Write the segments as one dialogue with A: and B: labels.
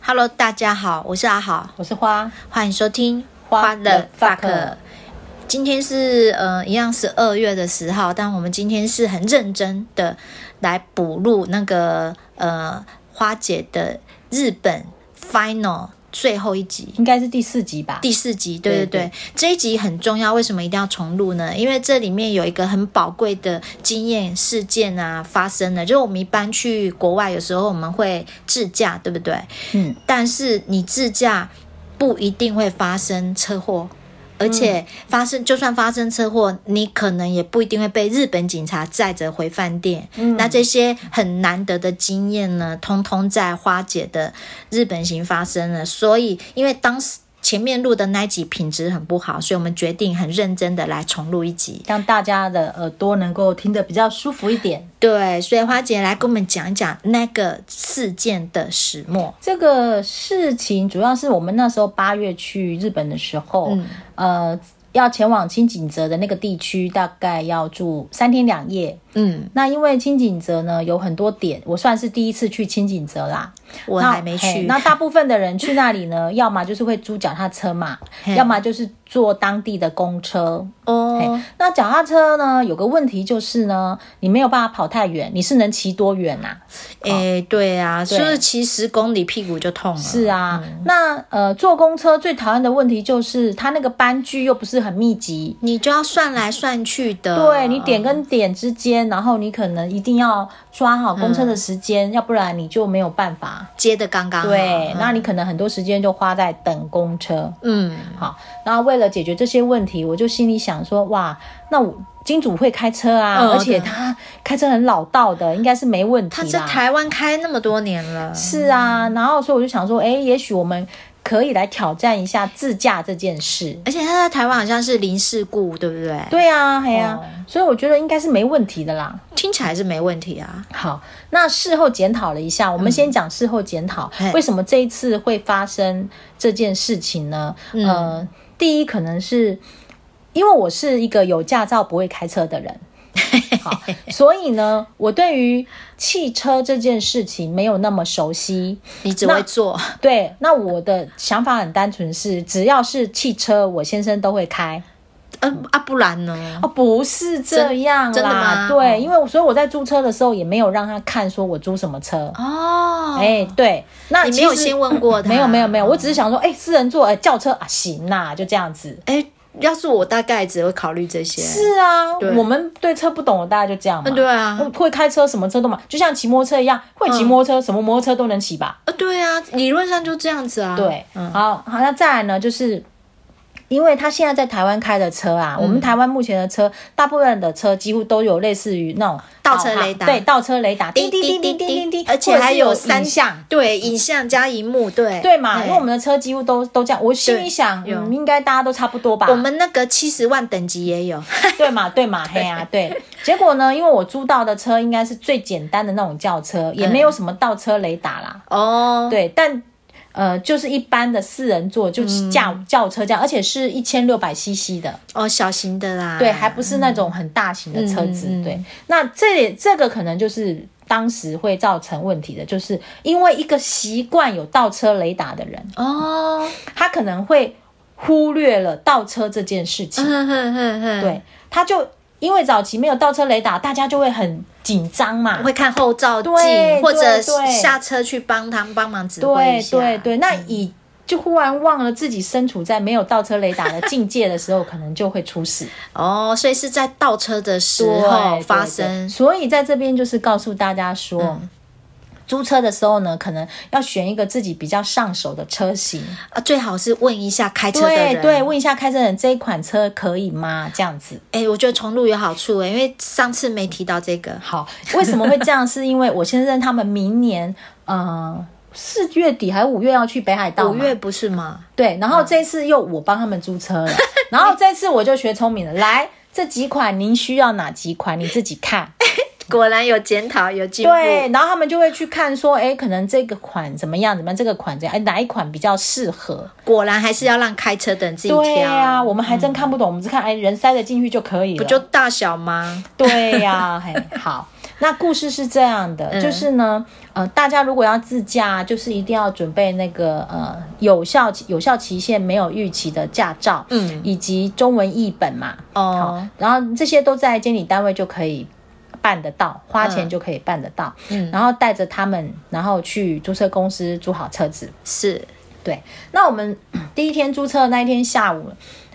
A: Hello，大家好，我是阿豪，
B: 我是花，
A: 欢迎收听《
B: 花的 fuck
A: 今天是呃，一样是二月的十号，但我们今天是很认真的来补录那个呃花姐的日本 final 最后一集。
B: 应该是第四集吧？
A: 第四集，对对
B: 对
A: 对，这一集很重要。为什么一定要重录呢？因为这里面有一个很宝贵的经验事件啊发生了。就是我们一般去国外，有时候我们会自驾，对不对？
B: 嗯，
A: 但是你自驾不一定会发生车祸，而且
B: 嗯
A: 发生、就算发生车祸，你可能也不一定会被日本警察载着回饭店。嗯、那这些很难得的经验呢，通通在花姐的日本行发生了。所以，因为当时前面录的那一集品质很不好，所以我们决定很认真的来重录一集。
B: 让大家的耳朵能够听得比较舒服一点。
A: 对，所以花姐来跟我们讲一讲那个事件的始末。
B: 这个事情主要是我们那时候八月去日本的时候，
A: 嗯
B: 呃，要前往青井泽的那个地区，大概要住三天两夜。
A: 嗯，
B: 那因为青井泽呢有很多点，我算是第一次去青井泽啦，
A: 我
B: 那
A: 还没
B: 嘿
A: 去。
B: 那大部分的人去那里呢，要么就是会租脚踏车嘛，要么就是坐当地的公车。
A: 哦，
B: 那脚踏车呢，有个问题就是呢，你没有办法跑太远，你是能骑多远啊呐、
A: 诶，对啊，就是骑十公里屁股就痛了。
B: 是啊，
A: 嗯
B: 那呃，坐公车最讨厌的问题就是它那个班距又不是很密集，
A: 你就要算来算去的。
B: 对你点跟点之间，然后你可能一定要抓好公车的时间，要不然你就没有办法。
A: 接的刚刚好
B: 对，那你可能很多时间就花在等公车。
A: 嗯，
B: 好，那为了解决这些问题，我就心里想说，哇，那我金主会开车啊，
A: 嗯
B: 而且他开车很老道的，应该是没问题
A: 他
B: 啦。
A: 在台湾开那么多年了，
B: 是啊，然后所以我就想说，哎，也许我们可以来挑战一下自驾这件事。
A: 而且他在台湾好像是零事故，对不对？
B: 对啊，哎呀、
A: 哦
B: 所以我觉得应该是没问题的啦。
A: 听起来是没问题啊。
B: 好，那事后检讨了一下，我们先讲事后检讨，
A: 嗯嘿
B: 为什么这一次会发生这件事情呢？
A: 嗯
B: 呃，第一可能是因为我是一个有驾照不会开车 的人。好，所以呢，我对于汽车这件事情没有那么熟悉。
A: 你只会做，
B: 对，那我的想法很单纯是，只要是汽车，我先生都会开。
A: 嗯啊，不然呢？
B: 哦，不是这样啦，
A: 真的吗
B: 对，
A: 哦
B: 因为我所以我在租车的时候也没有让他看说我租什么车。
A: 哦，
B: 哎、对，那
A: 你
B: 其
A: 没有
B: 实
A: 先问过他？哦
B: 没有没有没有，我只是想说，哎、私人坐哎、轿车啊，行啦、就这样子。
A: 哎，要是我大概只会考虑这些。
B: 是哦啊
A: 对，
B: 我们对车不懂的，大家就这样嘛。
A: 嗯，对啊，
B: 会开车什么车都嘛，就像骑摩托车一样，会
A: 嗯
B: 骑摩托车、什么摩托车都能骑吧。
A: 呃，对啊，理论上就这样子啊。
B: 对，
A: 嗯，
B: 好，好，那再来呢，就是因为他现在在台湾开的车啊，我们台湾目前的车，大部分的车几乎都有类似于那种
A: 倒车
B: 导航
A: 雷达
B: 对，倒车雷达，叮叮叮叮叮叮叮，
A: 而且还
B: 或
A: 有
B: 者是有
A: 三
B: 影像。
A: 对，影像加荧幕，对
B: 对嘛？
A: 哎
B: 因为我们的车几乎都都这样，我心
A: 对
B: 里想，
A: 有
B: 嗯，应该大家都差不多吧
A: 我。们那个七十万等级也有，
B: 对嘛？对嘛？嘿啊，对。结果呢？因为我租到的车应该是最简单的那种轿车，也没有什么倒车雷达啦。
A: 哦，
B: 对，但呃，就是一般的四人座，
A: 嗯
B: 就是轿轿车这样，而且是一千六百 CC 的。
A: 哦，小型的啦，
B: 对，还不是那种很大型的车子。
A: 嗯嗯嗯嗯
B: 对，那这也这个可能就是当时会造成问题的，就是因为一个习惯有倒车雷达的人，
A: 哦，
B: 他可能会忽略了倒车这件事情。
A: 哼哼哼哼，，
B: 对，他就因为早期没有倒车雷达，大家就会很紧张嘛。
A: 会看后照镜
B: 对，
A: 或者
B: 对对
A: 下车去帮他们帮忙指挥一
B: 对
A: 下，
B: 对对，那以。就忽然忘了自己身处在没有倒车雷达的境界的时候，可能就会出 事。
A: 哦，所以是在倒车的时
B: 对
A: 候
B: 对
A: 发
B: 对
A: 生，
B: 所以在这边就是告诉大家说。租车的时候呢，可能要选一个自己比较上手的车型。
A: 啊，最好是问一下开车的
B: 对
A: 人，
B: 对，问一下开车人这一款车可以吗？这样子。
A: 哎，我觉得重录有好处哎，因为上次没提到这个，
B: 好，为什么会这样？是因为我先生他们明年，呃，四月底还是五月要去北海道嘛。
A: 五月不是吗？
B: 对，然后这次又我帮他们租车了， 然后这次我就学聪明了，来这几款您需要哪几款，你自己看。
A: 果然有检讨，有进步，
B: 对，然后他们就会去看说，哎，可能这个款怎么样，怎么样，这个款怎样，哎，哪一款比较适合？
A: 果然还是要让开车的人自己挑，嗯
B: 对啊呀、我们还真 看不懂，我们只看哎，人塞得进去就可以了。
A: 不就大小吗？
B: 对呀、嘿，好。那故事是这样的，
A: 嗯
B: 就是呢，呃，大家如果要自驾，就是一定要准备那个呃有效有效期限没有逾期的驾照，
A: 嗯
B: 以及中文译本嘛，
A: 哦，
B: 啊然后这些都在监理单位就可以办得到，花钱
A: 嗯
B: 就可以办得到。
A: 嗯
B: 然后带着他们，然后去租车公司租好车子。
A: 是，
B: 对，那我们 第一天租车的那一天下午，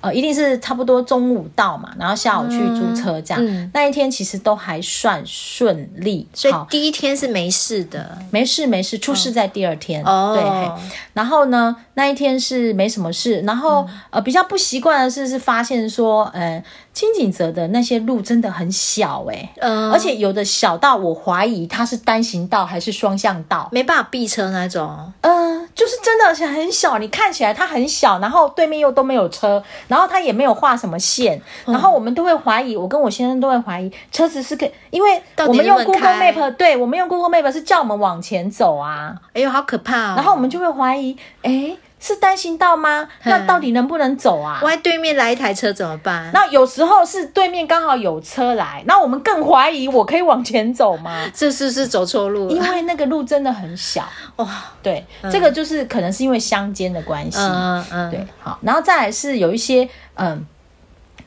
B: 呃，一定是差不多中午到嘛，然后下午去租车这样。
A: 嗯
B: 那一天其实都还算顺利，
A: 所以
B: 好
A: 第一天是没事的
B: 没事没事，出事在第二天。对。嘿
A: 哦，
B: 然后呢，那一天是没什么事。然后、呃，比较不习惯的是，是发现说，呃，清景泽的那些路真的很小哎、
A: 嗯，
B: 而且有的小到我怀疑它是单行道还是双向道，
A: 没办法避车那种，
B: 呃，就是真的而且很小，你看起来它很小，然后对面又都没有车，然后它也没有画什么线，然后我们都会怀疑，我跟我先生都会怀疑车子是可以，因为
A: 到底
B: 我们用
A: 能不能
B: Google
A: 开
B: Map，对我们用 Google Map 是叫我们往前走啊，
A: 哎呦，好可怕哦！
B: 然后我们就会怀疑，诶，是单行道吗？那
A: 嗯
B: 到底能不能走啊？
A: 万一对面来一台车怎么办？
B: 那有时候是对面刚好有车来，那我们更怀疑我可以往前走吗？
A: 这是不是走错路
B: 因
A: 了？
B: 为那个路真的很小，
A: 哇，
B: 对，这个就是可能是因为乡间的关系，
A: 嗯嗯，
B: 对，好，然后再来是有一些嗯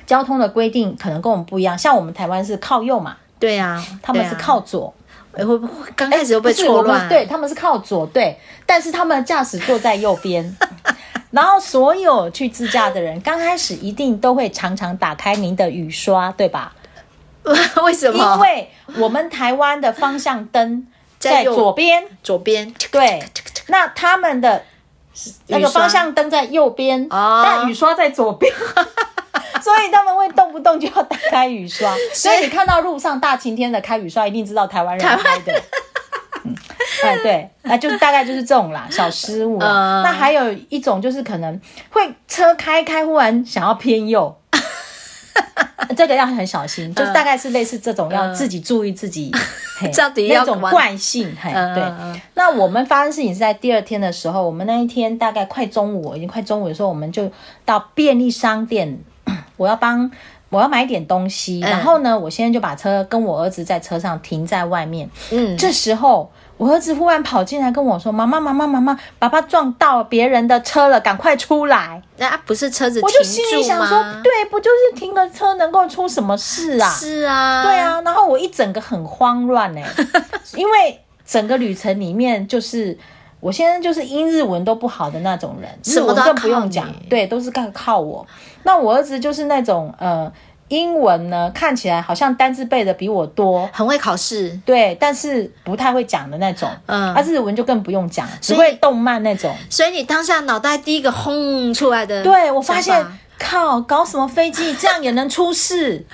B: 交通的规定可能跟我们不一样，像我们台湾是靠右嘛，
A: 对啊，
B: 他们
A: 对啊
B: 是靠左，
A: 哎会不会刚开始又
B: 不
A: 被
B: 是
A: 错
B: 我们
A: 乱？
B: 对，他们是靠左，对，但是他们的驾驶座在右边。 然后，所有去自驾的人，刚开始一定都会常常打开您的雨刷，对吧？
A: 为什么？
B: 因为我们台湾的方向灯
A: 在
B: 在
A: 右
B: 左边，
A: 左边
B: 对，那他们的那
A: 雨
B: 个
A: 刷
B: 方向灯在右边，
A: 哦
B: 但雨刷在 左边，所以他们会动不动就要打开雨 刷。所以你看到路上大晴天的开雨刷，一定知道台湾人开的。嗯，哎，对，那就是大概就是这种啦，小失误啦。
A: 嗯
B: 那还有一种就是可能会车开开，忽然想要 偏右，这个要很小
A: 嗯
B: 心，就是大概是类似这种，要自己注意 自己，嘿
A: 到底
B: 那
A: 要
B: 种
A: 管
B: 惯性，嘿，
A: 嗯
B: 对
A: 嗯嗯。
B: 那我们发生事情是在第二天的时候，我们那一天大概快中午，已经快中午的时候，我们就到便利商店， 我要帮。我要买点东西，
A: 嗯
B: 然后呢，我现在就把车跟我儿子在车上停在外面。
A: 嗯，
B: 这时候，我儿子忽然跑进来跟我说：“妈妈，妈妈，妈妈，爸爸撞到别人的车了，赶快出来！”
A: 那啊不是车子
B: 我
A: 停
B: 就心
A: 住
B: 里想
A: 吗？
B: 说，对，不就是停个车能够出什么事啊？
A: 是啊，
B: 对，啊，然后我一整个很慌乱 哎、因为整个旅程里面就是。我先生就是英日文都不好的那种人，日
A: 什么
B: 文
A: 都要
B: 更不
A: 靠
B: 用
A: 你
B: 讲，对，都是靠靠我。那我儿子就是那种呃，英文呢看起来好像单字背的比我多，
A: 很会考试，
B: 对，但是不太会讲的那种。
A: 嗯
B: 啊，日文就更不用讲，只
A: 所以
B: 会动漫那种。
A: 所以你当下脑袋第一个轰出来的想法，
B: 对，我发现靠，搞什么飞机这样也能出 事？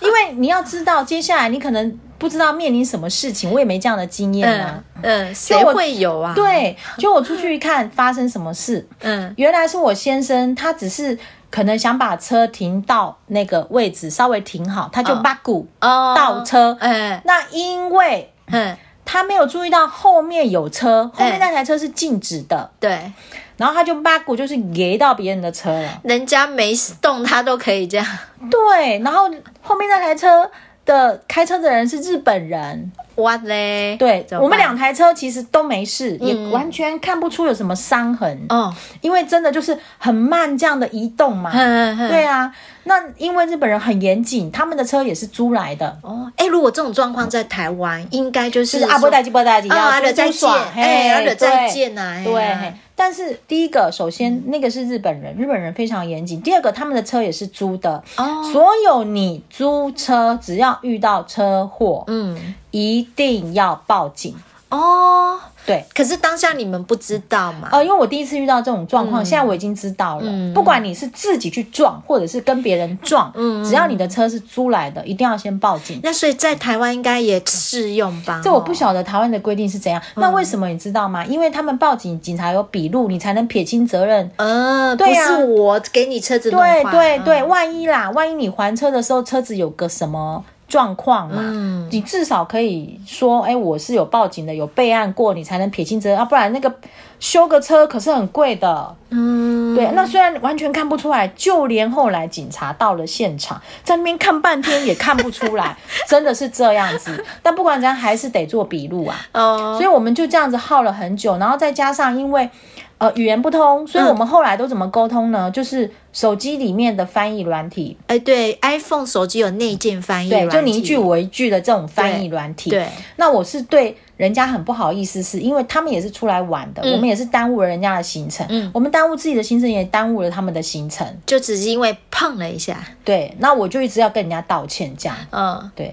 B: 因为你要知道，接下来你可能不知道面临什么事情，我也没这样的经验啊
A: 嗯。嗯，谁
B: 我
A: 会有啊？，
B: 对，就我出去一看发生什么事，
A: 嗯
B: 原来是我先生，他只是可能想把车停到那个位置稍微停好，他就
A: 哦
B: 八股
A: 哦，
B: 倒车。
A: 哎
B: 那因为
A: 嗯，
B: 他没有注意到后面有车，后面
A: 嗯
B: 那台车是静止的，
A: 对，
B: 然后他就八股就是给到别人的车了。
A: 人家没动他都可以这样，
B: 对，然后后面那台车的开车的人是日本人，
A: 哇嘞，
B: 对
A: 怎么
B: 我们
A: 办
B: 两台车其实都没事，也
A: 嗯
B: 完全看不出有什么伤痕，
A: 哦，
B: 因为真的就是很慢这样的移动嘛。
A: 嗯嗯，
B: 对啊，那因为日本人很严谨，他们的车也是租来的，
A: 哦，哎，如果这种状况在台湾，应该就
B: 就是是阿波代基波代基，
A: 哦阿
B: 要
A: 德
B: 租
A: 再
B: 租
A: 见
B: 爽，，
A: 哎，阿
B: 嘿
A: 德再见呐，
B: 对，
A: 哎呀
B: 对，但是第一个，首先那个是日本人，日本人非常严谨。第二个，他们的车也是租的，
A: 哦，
B: 所有你租车只要遇到车祸，
A: 嗯，
B: 一定要报警。
A: 哦，
B: 对，
A: 可是当下你们不知道嘛？
B: 呃，因为我第一次遇到这种状
A: 嗯
B: 况，现在我已经知道了。不管你是自己去撞，或者是跟别人撞，
A: 嗯
B: 只要你的车是租来的，一定要先报警。
A: 那所以在台湾应该也适用吧？
B: 这我不
A: 哦
B: 晓得台湾的规定是怎样。
A: 嗯
B: 那为什么你知道吗？因为他们报警，警察有笔录，你才能撇清责任。
A: 嗯，
B: 对
A: 不
B: 呀
A: 是我给你车子弄坏
B: 对对
A: 嗯
B: 对，万一啦，万一你还车的时候车子有个什么状况嘛，
A: 嗯
B: 你至少可以说，哎、我是有报警的，有备案过，你才能撇清责任，啊，不然那个修个车可是很贵的。
A: 嗯，
B: 对，那虽然完全看不出来，就连后来警察到了现场，在那边看半天也看不出来， 真的是这样子。但不管怎样，还是得做笔录啊。
A: 哦，
B: 所以我们就这样子耗了很久，然后再加上因为呃语言不通，所以
A: 嗯
B: 我们后来都怎么沟通呢？就是手机里面的翻译软体，
A: 哎，对，iPhone 手机有内建翻译
B: 对，
A: 软体，
B: 就你一句我一句的这种翻译软体。
A: 对，
B: 那我是对人家很不好意思，是因为他们也是出来玩的，
A: 嗯
B: 我们也是耽误了人家的行程，
A: 嗯
B: 我们耽误自己的行程，也耽误了他们的行程。
A: 就只是因为碰了一下，
B: 对，那我就一直要跟人家道歉，这样
A: 嗯，
B: 对。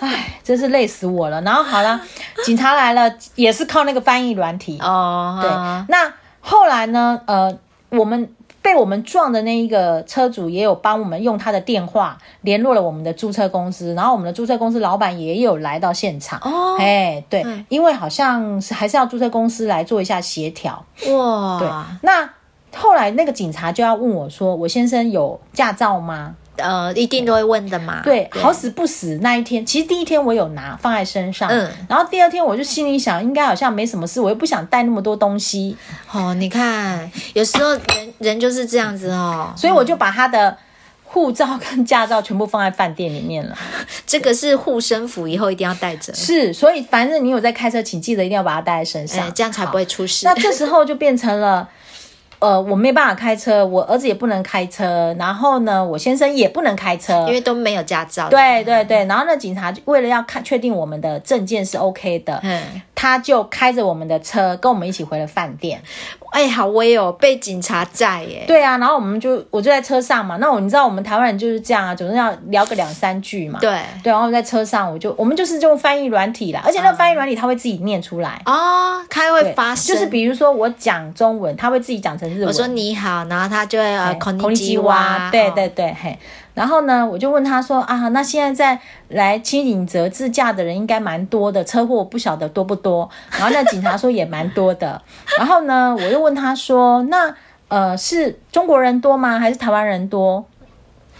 B: 唉，真是累死我了。然后好了，警察来了，也是靠那个翻译软体。
A: 哦，
B: 对
A: 哈，
B: 那后来呢？呃，我们被我们撞的那一个车主也有帮我们用他的电话联络了我们的租车公司，然后我们的租车公司老板也有来到现场。
A: 哦
B: 哎，对
A: 嗯，
B: 因为好像是还是要租车公司来做一下协调。对
A: 哇，，
B: 那后来那个警察就要问我说：“我先生有驾照吗
A: 呃，一定都会问的嘛，？”
B: 对，好死不死那一天，其实第一天我有拿放在身上，
A: 嗯
B: 然后第二天我就心里想，应该好像没什么事，我又不想带那么多东西，
A: 哦，你看，有时候人人就是这样子哦，
B: 所以我就把他的护照跟驾照全部放在饭店里面了。
A: 这个是护身符，以后一定要带着，
B: 是，所以反正你有在开车，请记得一定要把它带在身
A: 哎
B: 上，，
A: 这样才不
B: 好。
A: 会出事
B: 那。这时候就变成了。呃，我没办法开车，我儿子也不能开车，然后呢，我先生也不能开车，
A: 因为都没有驾照，，
B: 对对对，然后那警察就为了要看确定我们的证件是 OK 的，
A: 嗯，
B: 他就开着我们的车跟我们一起回了饭店。
A: 哎，好威哦，被警察在耶，
B: 对啊，然后我们就我就在车上嘛，那我你知道我们台湾人就是这样啊，总是要聊个两三句嘛。
A: 对，
B: 对，然后在车上我就我们就是用翻译软体啦，而且那个翻译软体它会自己念出来，
A: 哦，他
B: 对
A: 嗯会发生，
B: 就是比如说我讲中文，它会自己讲成日文。
A: 我说你好，然后他就会呃，
B: 哎孔
A: 孔
B: 尼
A: 尼
B: 基
A: 基
B: 哇，
A: 哇，
B: 对
A: 哦
B: 对，对，嘿。然后呢，我就问他说啊，那现在在来清影泽自驾的人应该蛮多的，车祸不晓得多不多。然后那警察说也蛮多的。 然后呢，我又问他说，那呃是中国人多吗？还是台湾人多？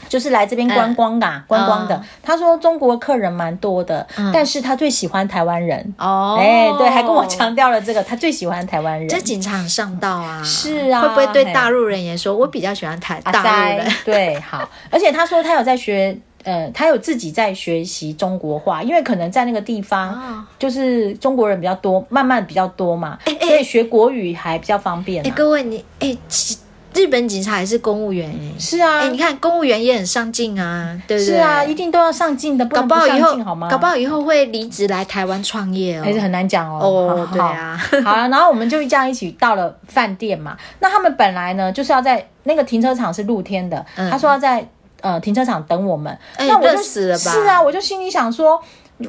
B: 就是来这边观光的啊、观光的。
A: 嗯
B: 他说中国客人蛮多的，但是他最喜欢台湾人。
A: 哦，
B: 哎、对，还跟我强调了这个，他最喜欢台湾人。
A: 这警察很上道啊，
B: 是啊
A: 会不会对
B: 嘿
A: 大陆人也说，我比较喜欢台
B: 阿
A: 大陆
B: 呆
A: 人？
B: 对，好，而且他说他有在学，呃，他有自己在学习中国话，因为可能在那个地方
A: 哦
B: 就是中国人比较多，慢慢比较多嘛，所以学国语还比较方便、
A: 哎，
B: 啊。
A: 各位你哎，其日本警察也是公务员哎，
B: 是啊，
A: 哎，你看公务员也很上进啊，对不
B: 是
A: 对？
B: 啊，一定都要上进的，不
A: 搞
B: 能
A: 不好
B: 上
A: 以后
B: 进好吗？
A: 搞不好以后会离职来台湾创业哦
B: 还。是很难讲哦。
A: 哦
B: 好好
A: 对啊
B: 好啊，然后我们就这样一起到了饭店嘛。那他们本来呢，就是要在那个停车场是露天的，
A: 嗯
B: 他说要在呃停车场等我们。
A: 哎
B: 那我就
A: 热死了吧
B: 是啊，我就心里想说。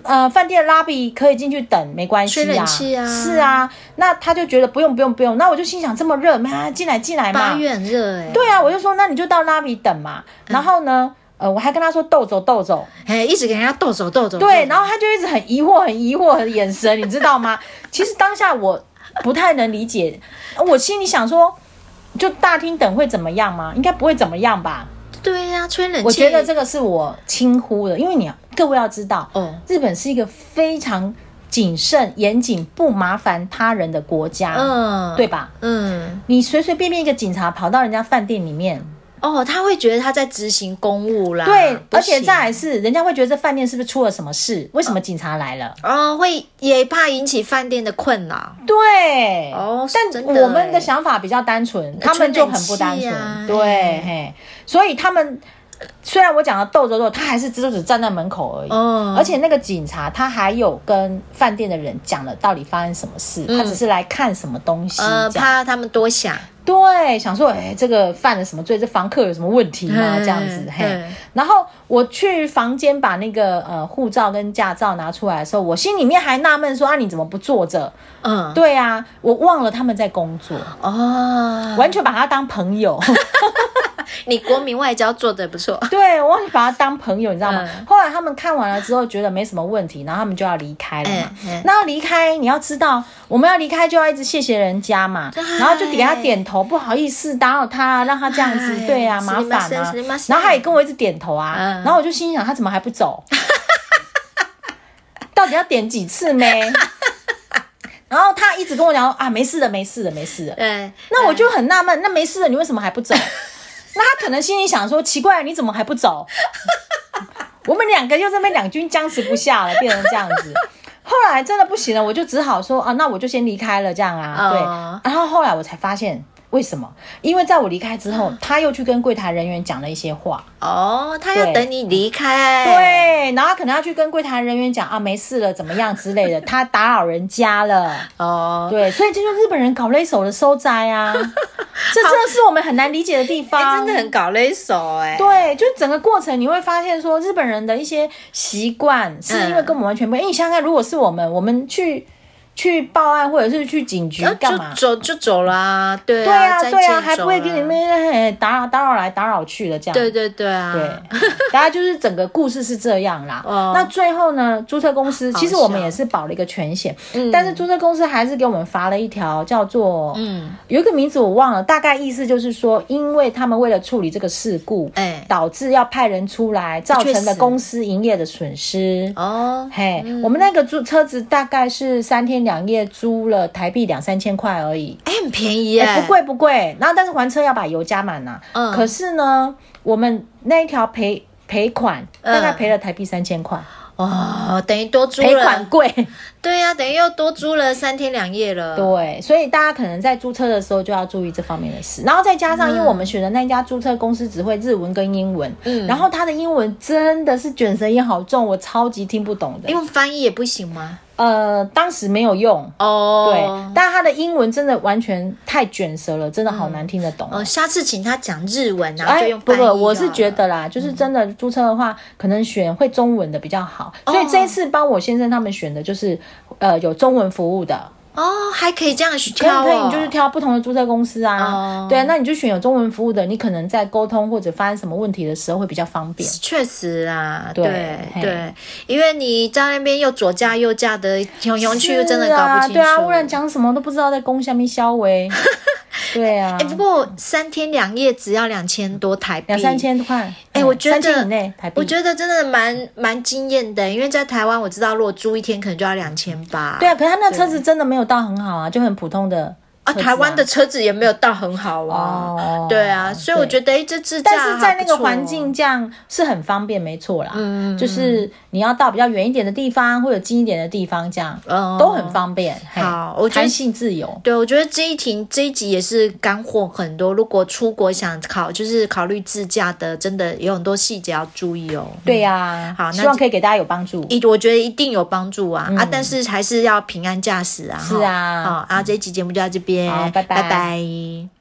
B: 呃，饭店 lobby 可以进去等，没关系
A: 吹
B: 啊。
A: 冷气啊
B: 是啊，那他就觉得不用不用不用。那我就心想这么热，妈进来进来嘛。
A: 八月嗯很热哎，
B: 对啊，我就说那你就到 lobby 等嘛。然后呢，呃，我还跟他说斗走斗走，
A: 哎，一直给人家动手动手。
B: 对，
A: 动手
B: 然后他就一直很疑惑、很疑惑的眼神，你知道 吗？其实当下我不太能理解，我心里想说，就大厅等会怎么样吗？应该不会怎么样吧？
A: 对呀，吹冷气，
B: 我觉得这个是我轻忽的，因为你要各位要知道，
A: 哦
B: 日本是一个非常谨慎、严谨、不麻烦他人的国家，
A: 嗯，
B: 啊对，吧？
A: 嗯，
B: 你随随便便一个警察跑到人家饭店里面，
A: 哦，他会觉得他在执行公务啦，
B: 对，
A: 啊不
B: 而且
A: 行
B: 再来是，人家会觉得这饭店是不是出了什么事？为什么警察来了？
A: 哦，会也怕引起饭店的困扰。
B: 对，
A: 哦是
B: 但
A: 真的
B: 我们
A: 欸
B: 的想法比较单纯，他们
A: 吹
B: 就
A: 冷
B: 很不单
A: 气
B: 纯，
A: 啊
B: 对，
A: 哎
B: 嘿，所以他们虽然我讲了斗着斗，他还是只只站在门口而已。
A: 嗯，
B: 而且那个警察他还有跟饭店的人讲了到底发生什么事，
A: 嗯
B: 他只是来看什么东西，
A: 呃，
B: 这样
A: 怕他们多想，
B: 对，想说哎、这个犯了什么罪？这房客有什么问题吗？
A: 嗯
B: 这样子，嘿
A: 嗯。
B: 然后我去房间把那个呃护照跟驾照拿出来的时候，我心里面还纳闷说啊你怎么不坐着？
A: 嗯，
B: 对啊，我忘了他们在工作，
A: 哦，
B: 完全把他当朋 友。
A: 你国民外交做的不错，
B: 对，我忘记把他当朋友，你知道吗？
A: 嗯
B: 后来他们看完了之后，觉得没什么问题，然后他们就要离开了嘛。
A: 嗯嗯
B: 那要离开，你要知道，我们要离开就要一直谢谢人家嘛，
A: 对
B: 然后就给他点头，不好意思打扰他，让他这样子，
A: 哎
B: 对啊，
A: す
B: 麻
A: みま
B: 烦
A: せん
B: 啊
A: すみま。せん
B: 然后他也跟我一直点头啊，
A: 嗯
B: 然后我就心想，他怎么还 不走？到底要点几次咩？然后他一直跟我讲啊，没事的，没事的，没事的。
A: 对，
B: 那我就很纳闷，那没事的，你为什么还不 走？那他可能心里想说，奇怪，你怎么还不走？ 我们两个就这边两军僵持不下了，变成这样 子。后来真的不行了，我就只好说啊，那我就先离开了这样啊。
A: 哦
B: 对，然后后来我才发现为什么？因为在我离开之后，他又去跟柜台人员讲了一些话。
A: 哦，他要
B: 对
A: 等你离开，，
B: 对，然后可能要去跟柜台人员讲啊，没事了，怎么样之类的，他打扰人家了。
A: 哦，
B: 对，所以这就是日本人搞勒手的收 摘啊，这真的是我们很难理解的地
A: 哎，
B: 方。
A: 真的很搞勒手哎，
B: 对，就整个过程你会发现说，日本人的一些习惯是因为跟我们完全不一样。因为你想想看，如果是我们，我们去去报案或者是去警局
A: 然后
B: 干嘛
A: 哦就？走就走啦，对
B: 对啊，
A: 再
B: 对啊，
A: 见
B: 还不
A: 走
B: 会
A: 啦
B: 给你们哎打扰打扰来打扰去的这样。
A: 对对对啊，
B: 对，大家就是整个故事是这样啦。
A: 哦
B: 那最后呢，注册公司
A: 好
B: 其实我们
A: 笑
B: 也是保了一个全险，
A: 嗯
B: 但是注册公司还是给我们发了一条叫做、
A: 嗯，
B: 有一个名字我忘了，大概意思就是说，因为他们为了处理这个事故，
A: 哎，
B: 导致要派人出来，造成了公司营业的损失。
A: 哦，
B: 嘿我们那个租车子大概是三天两夜租了台币两三千块而已，
A: 哎，很便宜
B: 哎
A: 哎，
B: 不，贵不贵。然后但是还车要把油加满呐、
A: 嗯
B: 可是呢，我们那一条赔赔款
A: 嗯
B: 大概赔了台币三千块，
A: 哦，等于多租
B: 赔款
A: 了，
B: 贵。
A: 对啊呀，等于又多租了三天两夜了，
B: 对，所以大家可能在租车的时候就要注意这方面的事。然后再加上，因为我们选的那家租车公司只会日文跟英文，
A: 嗯
B: 然后他的英文真的是卷舌音好重，我超级听不懂的。
A: 用翻译也不行吗？
B: 呃，当时没有用。对，
A: 哦，
B: 但他的英文真的完全太卷舌了，真的好难听得懂。
A: 哦，下次请他讲日文，然后就
B: 哎，
A: 用
B: 不
A: 翻译
B: 不，
A: 就好了。嗯
B: 我是觉得啦，就是真的注册的话，可能选会中文的比较好。所以
A: 哦
B: 这一次帮我先生他们选的就是，呃，有中文服务的，
A: 哦，还可以这样
B: 可以
A: 挑
B: 可以，你
A: 哦，
B: 就是挑不同的注册公司啊
A: 哦。
B: 对啊，那你就选有中文服务的，你可能在沟通或者发生什么问题的时候会比较方便。
A: 确实啊，
B: 对
A: 对
B: 嘿
A: 对，因为你在那边又左驾右驾的，熊熊去
B: 是
A: 真的搞不清楚。
B: 啊对啊，不然讲什么都不知道在攻下面 消维。对啊
A: 哎、，不过三天两夜只要两千多台币，
B: 两三。千块，
A: 哎、我觉
B: 三千以
A: 得
B: 内台币，
A: 我觉得真的蛮蛮惊艳的，因为在台湾我知道，如果租一天可能就要两千八。
B: 对啊，可是他那车子真的没有到很好啊，就很普通的
A: 啊，
B: 车子
A: 台湾的车子也没有到很好啊。
B: 哦，
A: 对啊，所以我
B: 对
A: 觉得哎，这自驾
B: 但是在那个
A: 还不错哦
B: 环境这样是很方便，没错啦。嗯，就是你要到比较远一点的地方或者近一点的地方，这样、
A: 哦
B: 都很方便。嘿
A: 好我觉得
B: 弹性自由。
A: 对，我觉得这一题这一集也是干货很多。如果出国想考，就是考虑自驾的，真的有很多细节要注意哦。
B: 对呀、
A: 好那
B: 希望可以给大家有帮助。
A: 一我觉得一定有帮助啊、啊！但是还是要平安驾驶啊。
B: 嗯是啊
A: 哈好、啊，这一期节目就到这边，
B: 好拜拜
A: 拜拜